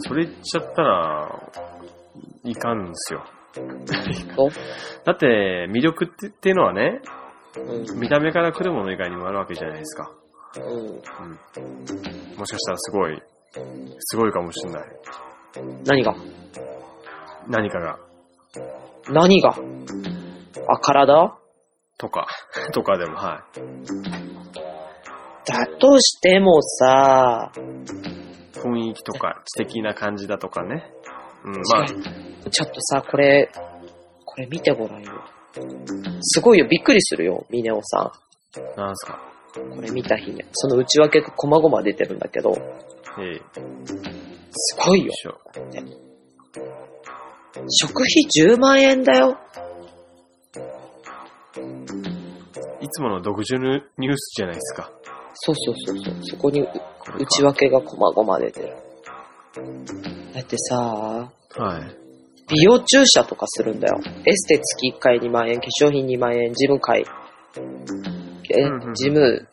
S3: それ言っちゃったら、いかんですよ。
S4: と、
S3: だって、魅力ってっていうのはね、
S4: うん、
S3: 見た目から来るもの以外にもあるわけじゃないですか。
S4: う
S3: もしかしたらすごい、すごいかもしれない。
S4: ん。何が
S3: 何かが、
S4: 何があ、体
S3: とか、 <laughs> とかでも、は
S4: だとしてもさ、
S3: い。雰囲気とか、知的な感じだとかね。うん、まあ
S4: 違、うちょっとさ、これ、これ見てごらんよ。すごいよ、びっくりするよ、ミネオさ
S3: なんすか。
S4: ん。これ見た日ね。その内訳が細々出てるんだけど、
S3: ええ、
S4: すごい
S3: よ
S4: よ
S3: い。しょ。
S4: 食費10万円だよ。
S3: いつもの独自のニュースじゃないですか。
S4: そうそうそうそう。そこにう
S3: これか
S4: 内訳が細々出てる。だってさ、
S3: はい。
S4: 美容注射とかするんだよ。エステ月1回2万円、化粧品2万円、ジム会、
S3: うんうんう
S4: え、
S3: ん
S4: ジム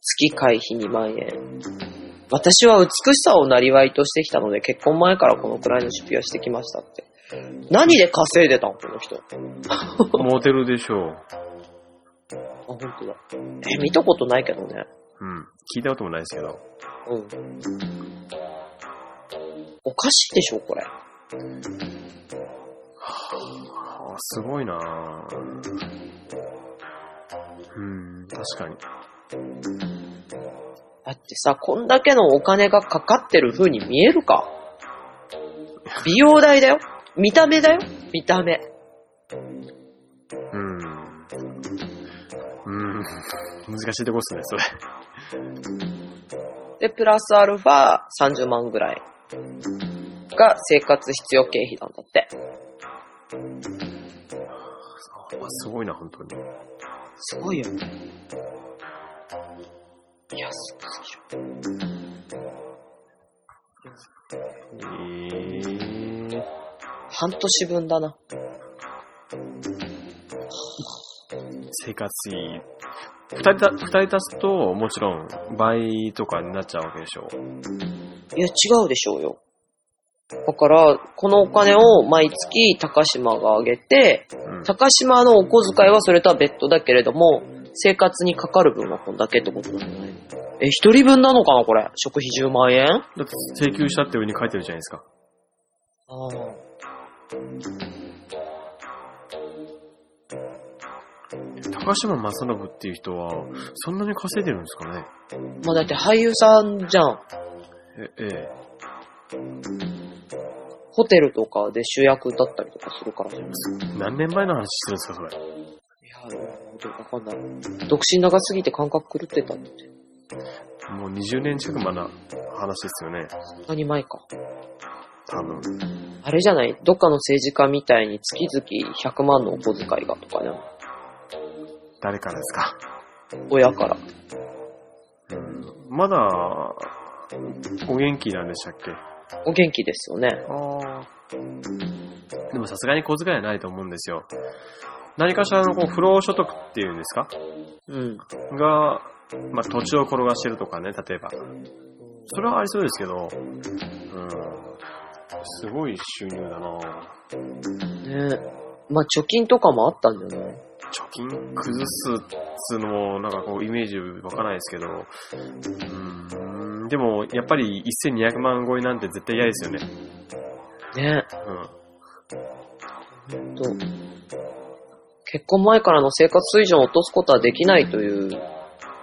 S4: 月会費2万円。私は美しさを生りとしてきたので、結婚前からこのくらいの出費はしてきましたって。何で稼いでたんこの人。あ、
S3: モテるでしょう。
S4: 本当だ。え、見たことないけどね。
S3: うん。聞いたこともないですけど。
S4: うん。おかしいでしょ、これ。
S3: あすごいなぁうん、確かに。
S4: だってさ、こんだけのお金がかかってる風に見えるか美容代だよ見た目だよ見た目。
S3: うん。うん、 <laughs> 難しいとこっすね、それ。
S4: で、プラスアルファ30万ぐらいが生活必要経費なんだって。
S3: あすごいな、本当に。
S4: すごいよね。いや、すごすぎる。
S3: えー、
S4: 半年分だな。
S3: 生活費。二人た、二人足すと、もちろん、倍とかになっちゃうわけでしょ。
S4: いや、違うでしょうよ。だから、このお金を毎月高島があげて、
S3: うん。
S4: 高島のお小遣いはそれとは別途だけれども、生活にかかる分はこんだけってことなんじゃないえ、一人分なのかなこれ。食費10万円
S3: だって、請求したって上に書いてるじゃないですか。
S4: ああ。
S3: 高島正信っていう人は、そんなに稼いでるんですかね
S4: まあ、だって俳優さんじゃん。
S3: え、ええ。
S4: ホテルとかで主役だったりとかするからじゃないですか。
S3: 何年前の話してるんですか、それ。
S4: いや、本当にわかんない。独身長すぎて感覚狂ってたんだって。
S3: もう20年近く前の話ですよね。
S4: そんなに前か。
S3: 多分。
S4: あれじゃないどっかの政治家みたいに月々100万のお小遣いがとかね。
S3: 誰からですか。
S4: 親から。
S3: うん。まだ、お元気なんでしたっけ
S4: お元気ですよね。
S3: ああ。でもさすがに小遣いはないと思うんですよ。何かしらのこう不労所得っていうんですか
S4: うん。
S3: が、まあ、土地を転がしてるとかね、例えば。それはありそうですけど、うん。すごい収入だな
S4: ねまあ、貯金とかもあったんじゃない
S3: 貯金崩すっつうのも、なんかこう、イメージ湧かないですけど、うん。でも、やっぱり1200万超えなんて絶対嫌ですよね。
S4: ね
S3: うん。
S4: と。結婚前からの生活水準を落とすことはできないという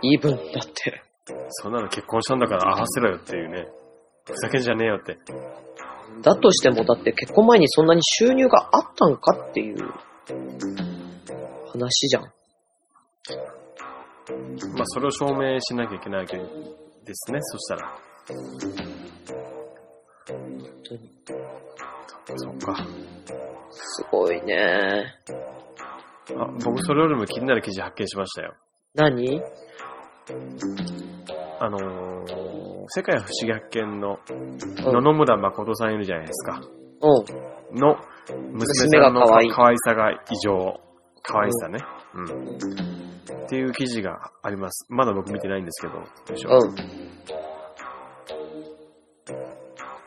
S4: 言い分だって。
S3: そんなの結婚したんだから合わせろよっていうね。ふざけんじゃねえよって。
S4: だとしてもだって結婚前にそんなに収入があったんかっていう話じゃん。
S3: まあ、それを証明しなきゃいけないわけですね、そしたら。
S4: 当に
S3: そっか。
S4: すごいね。
S3: あ、僕それよりも気になる記事発見しましたよ。
S4: 何
S3: あのー、世界不思議発見の野々村誠さんいるじゃないですか。
S4: うん。
S3: の娘さんの
S4: 娘が可愛い
S3: 可愛さが異常。可愛さね。うん。っていう記事があります。まだ僕見てないんですけど。どうしよう。
S4: うん。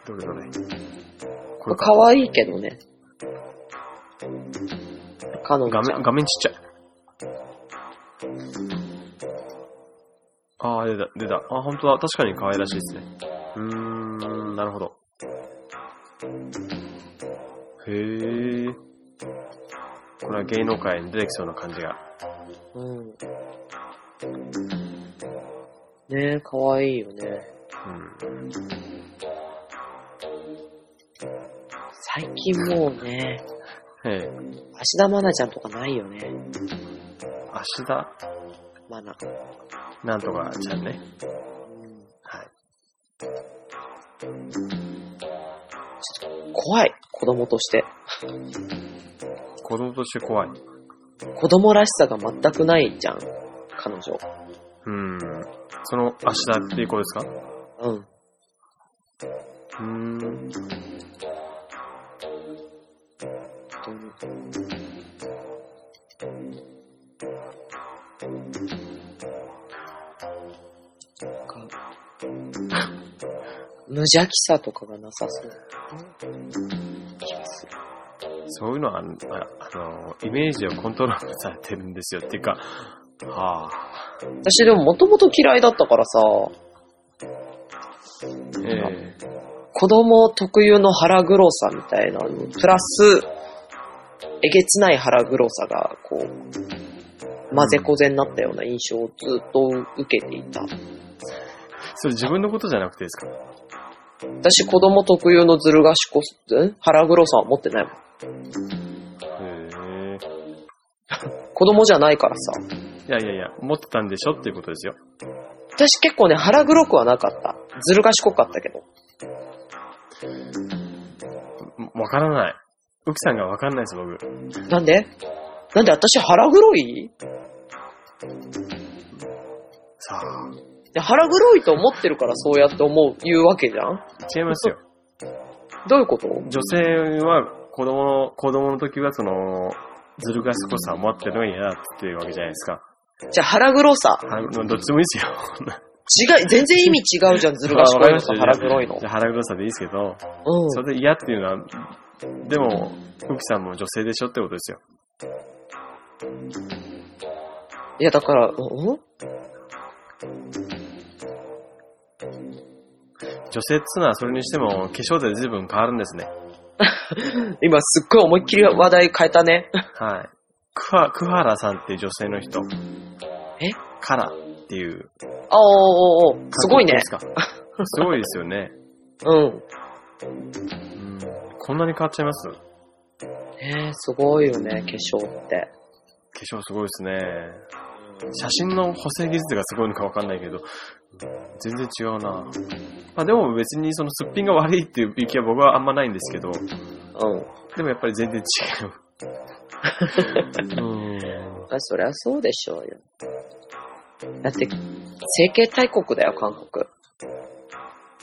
S3: どれどれ。こ
S4: これ
S3: れか
S4: 可愛いけどね。かのんち
S3: 画
S4: ゃん。
S3: 面、画面ちっちゃい。ああ、出た、出た。あ、本当だ。確かに可愛らしいですね。うーん、なるほど。へえ。これは芸能界に出てきそうな感じが。
S4: うん。ねえ、かわいいよね。
S3: うん。
S4: 最近もうね、
S3: へえ。
S4: 芦田愛菜ちゃんとかないよね。
S3: 芦田、
S4: 愛菜。
S3: なんとかちゃんね。
S4: うん
S3: はい。
S4: 怖い、子供として。
S3: 子供として怖い。
S4: 子供らしさが全くないじゃん、彼女。
S3: うん。その芦田っていう子ですか
S4: うん。
S3: うーん。
S4: 本当になんか <laughs> 無邪気さとかがなさそう。
S3: そういうのは、ああの、イメージをコントロールされてるんですよ。っていうか、はあ、
S4: 私でももともと嫌いだったからさ、
S3: ええ
S4: 子供特有の腹黒さみたいなの、プラス、えげつない腹黒さが、こう、混ぜこぜになったような印象をずっと受けていた。
S3: それ自分のことじゃなくてですか
S4: 私、子供特有のずる賢さ、ん腹黒さは持ってないもん。
S3: へ
S4: 子供じゃないからさ。
S3: え。いやいやいや、持ってたんでしょっていうことですよ。
S4: 私結構ね、腹黒くはなかった。ずる賢かったけど。
S3: んわからない。ウキさんがわかんないです、僕。
S4: なんでなんで私腹黒い
S3: さあ。
S4: で腹黒いと思ってるからそうやって思う、言うわけじゃん
S3: 違いますよ。
S4: どういうこと
S3: 女性は子供の、子供の時はその、ずる賢さを持ってるのが嫌だっていうわけじゃないですか。
S4: じゃあ腹黒さ。
S3: あのどっちでもいいですよ。
S4: 違い、全然意味違うじゃん、ずる
S3: あわ
S4: 賢
S3: か
S4: い
S3: りま
S4: の
S3: した
S4: と腹黒いの
S3: じゃ。 <laughs> あ腹黒さでいいですけど、
S4: うん。
S3: それで嫌っていうのは、でも、ウキさんも女性でしょってことですよ。
S4: いや、だから、うん
S3: 女性ってのはそれにしても化粧で随分変わるんですね。
S4: 今すっごい思いっきり話題変えた <laughs> ね。
S3: はい。くは、くはらさんっていう女性の人。
S4: え
S3: カラっていう。
S4: あおーおーおーすごいね
S3: で。すか。すごいですよね。
S4: うん。
S3: うん。こんなに変わっちゃいます化
S4: えー、すごいよね、化粧って。
S3: 粧すごいですね。写真の補正技術がすごいのかわかんないけど、全然違うな。まあでも別にそのすっぴんが悪いっていう意見は僕はあんまないんですけど、
S4: うん。
S3: でもやっぱり全然違う。うん。
S4: あそりゃそうでしょうよ。だって、整形大国だよ、韓国。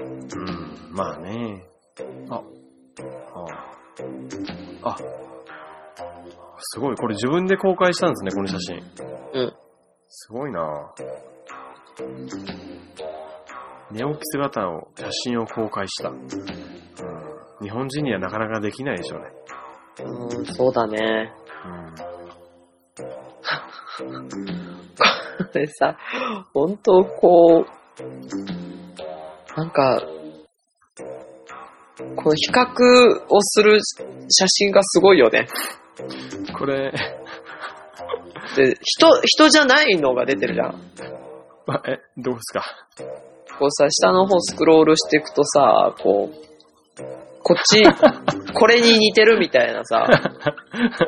S3: うん、まあね。あ、あ、あ、すごい。これ自分で公開したんですね、この写真。
S4: うん。
S3: すごいな寝起き姿を、写真を公開した。うん。日本人にはなかなかできないでしょうね。
S4: うん、そうだね。
S3: うん。
S4: これさ、本当こう、なんか、こう比較をする写真がすごいよね。
S3: これ、 <laughs>
S4: で、人、人じゃないのが出てるじゃん。
S3: まえ、どうですか
S4: こうさ、下の方スクロールしていくとさ、こう、こっち、これに似てるみたいなさ、なんか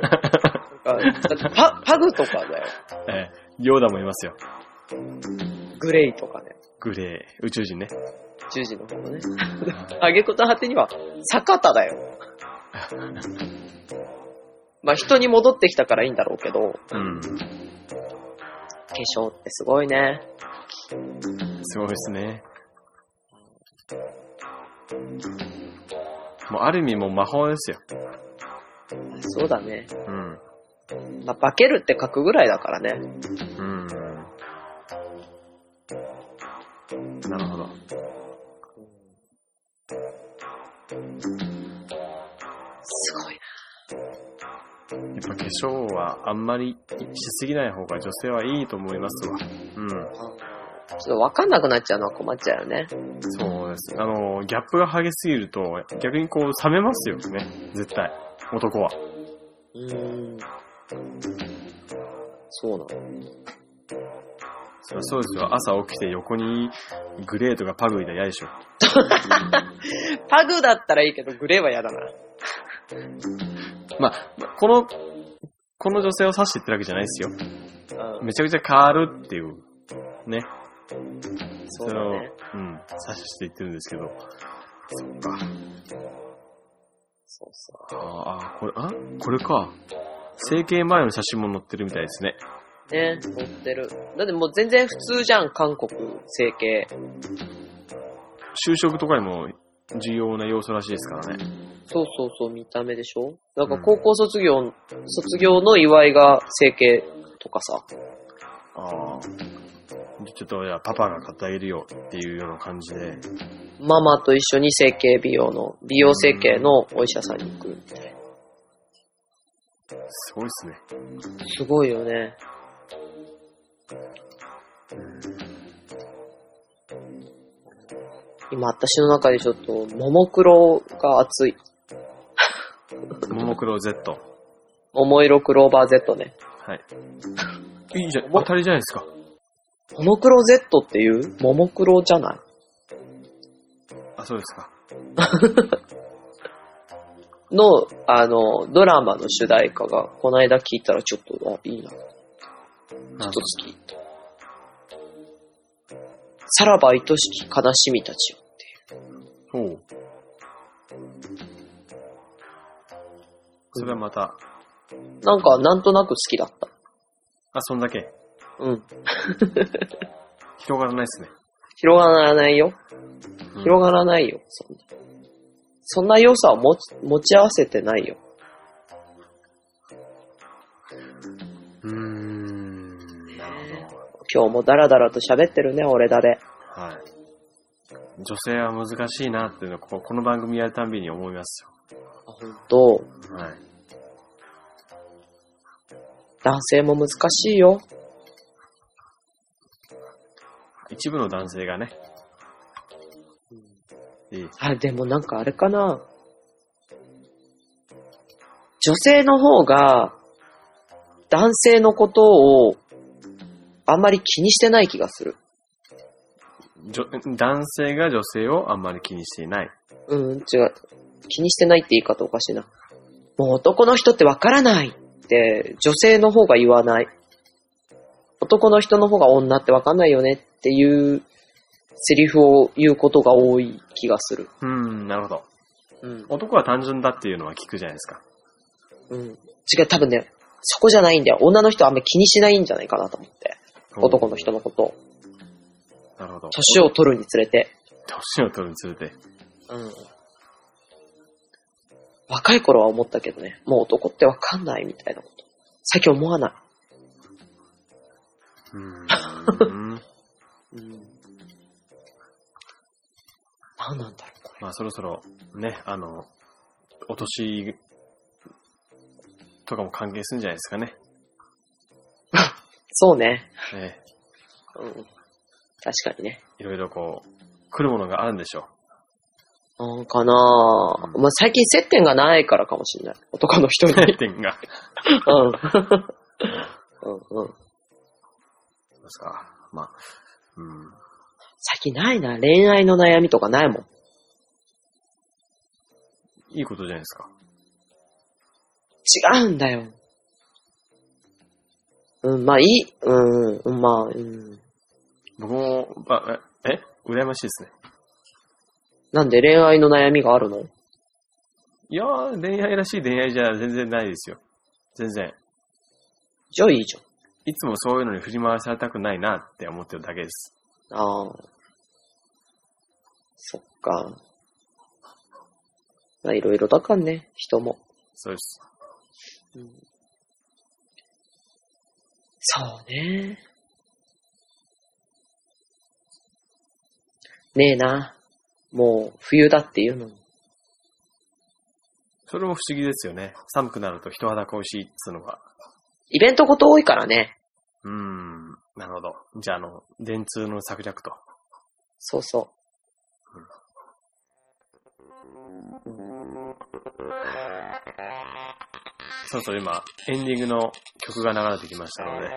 S4: だってパパグとかだよ。
S3: ええ、ヨーダもいますよ。
S4: グレイとかね。
S3: グレー、宇宙人ね。
S4: 10時の方ね。 <laughs> あげこと果てには、坂田だよ。まあ人に戻ってきたからいいんだろうけど、
S3: うん。
S4: 化粧ってすごいね。
S3: すごいですね。もうある意味もう魔法ですよ。
S4: そうだね。
S3: うん。
S4: まあ化けるって書くぐらいだからね。
S3: うん。なるほど。
S4: すごい
S3: やっぱ化粧はあんまりしすぎない方が女性はいいと思いますわ。うん。
S4: な。ちょっとわかんなくなっちゃうのは困っちゃうよね。
S3: そうです。あの、ギャップが激しすぎると逆にこう冷めますよね。絶対。男は。
S4: うーん。そうなの。
S3: そりゃそうですよ。朝起きて横にグレーとかパグいたら嫌でしょ。
S4: パグだったらいいけど、グレーは嫌だな。
S3: まあ、この、この女性を指してってるわけじゃないですよ。
S4: うん。
S3: めちゃくちゃ変わるっていう、ね。
S4: そうだ
S3: を、
S4: ね。
S3: うん、指していってるんですけど。
S4: そうそ
S3: ああ、これ、あこれか。整形前の写真も載ってるみたいですね。
S4: う。ね、持ってる。だってもう全然普通じゃん、韓国、整形。
S3: 就職とかにも重要な要素らしいですからね。
S4: そうそうそう、見た目でしょなんか高校卒業、卒業の祝いが整形とかさ。
S3: ああ。ちょっと、じゃあパパが買ってあげるよっていうような感じで。
S4: ママと一緒に整形美容の、美容整形のお医者さんに行くみたいな。
S3: すごいですね。
S4: すごいよね。今私の中でちょっと、ももクロが熱い。
S3: ももクロ Z。
S4: ももいろクローバー Z ね。
S3: <laughs> はい。いいじゃん、当たりじゃないですか。
S4: ももクロ Z っていうももクロじゃない
S3: あ、そうですか。
S4: の、あの、ドラマの主題歌が、この間聞いたらちょっと、あ、いいな。ちょっ
S3: な
S4: と
S3: ん
S4: 好き。さらば愛しき悲しみたちよっていう。
S3: ほう。それはまた、
S4: なんか、なんとなく好きだった。
S3: あ、そんだけ。
S4: うん。
S3: 広がらないですね。
S4: 広がらないよ。
S3: うん
S4: 広がらないよ。そんな。そんな良さを持ち、持ち合わせてないよ。
S3: うーん、なるほ
S4: 今日もダラダラと喋ってるね、俺だれ。
S3: ど。はい。女性は難しいなっていうのは、ここの番組やるたんびに思います
S4: あ、ほんと。
S3: よ。はい。
S4: 男性も難しいよ。
S3: 一部の男性がね。いい。
S4: あ、でもなんかあれかな。女性の方が、男性のことを、あんまり気にしてない気がする。
S3: 女男性が女性をあんまり気にしていない。
S4: うん、違う。気にしてないって言い方おかしいな。もう男の人ってわからないって、女性の方が言わない。男の人の方が女ってわかんないよねっていう、セリフを言うことが多い気がする。
S3: うーん、なるほど。
S4: うん。
S3: 男は単純だっていうのは聞くじゃないですか。
S4: うん。違う、多分ね、そこじゃないんだよ。女の人はあんまり気にしないんじゃないかなと思って。男の人のことを。
S3: なるほど。
S4: 年を取るにつれて。
S3: 年を取るにつれて。
S4: うん。若い頃は思ったけどね、もう男ってわかんないみたいなこと。最近思わな
S3: うーん。
S4: い。うん。何なんだろう、こ
S3: まあそろそろね、あの、お年とかも関係するんじゃないですかね。
S4: れ。そうね。
S3: え
S4: うん。確かにね。
S3: えいろいろこう、来るものがあるんでしょ
S4: うんかなぁ。まあ、最近接点がないからかもしれない。男の <laughs> 人に。
S3: う。点が。
S4: うん。うんうん。
S3: そうですか。まあ、うん。
S4: 最近ないな。恋愛の悩みとかないもん。
S3: いいことじゃないですか。
S4: 違うんだよ。うん、まあいい。うん、うんまあ、うん。
S3: 僕も、あえ、え羨ましいですね。
S4: なんで恋愛の悩みがあるの
S3: いやー、恋愛らしい恋愛じゃ全然ないですよ。全然。
S4: じゃあいいじ
S3: いつもそういうのに振り回されたくないなって思ってるだけです。
S4: ゃん。ああ。そっか。まあいろいろだかんね、人も。
S3: そうです。
S4: そうね。ねえな。もう冬だっていうのに。
S3: それも不思議ですよね。寒くなると人肌恋しいっつうのが。
S4: イベントこと多いからね。
S3: うーん、なるほど。じゃあ、あの、電通の策略と。
S4: そうそう。
S3: そうそう、今、エンディングの曲が流れてきましたので、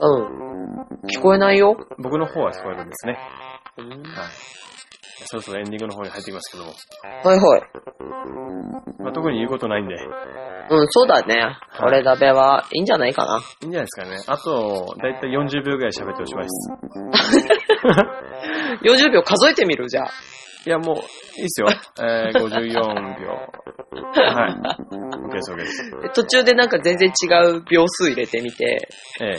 S4: うん。聞こえないよ。
S3: 僕の方は聞こえるんですね。
S4: うん
S3: はい。そろそろエンディングの方に入ってきますけども、
S4: はいはい。
S3: まあ、特に言うことないんで、い
S4: うん、そうだね。
S3: い
S4: 俺だべはいいんじゃないかな。
S3: いんじゃないですかね。あと、だいたい40秒ぐらい喋っておしまいです。
S4: 40秒数えてみるじゃあ。
S3: いや、もう、いいっすよ。えー、54秒。はい。OK です、OK です。
S4: 途中でなんか全然違う秒数入れてみて、
S3: え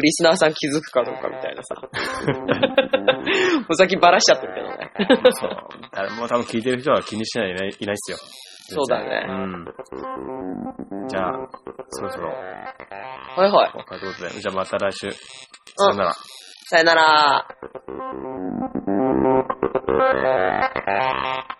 S4: リスナーさん気づくかどうかみたいなさ。 <laughs> もう先バラしちゃってるけどね。
S3: えそう。誰も多分聞いてる人は気にしてない、いないいないっすよ。
S4: そうだね。
S3: うん。じゃあ、そろそろ、
S4: はいはい。
S3: お別れということで、じゃあまた来週。さよなら。
S4: さよなら。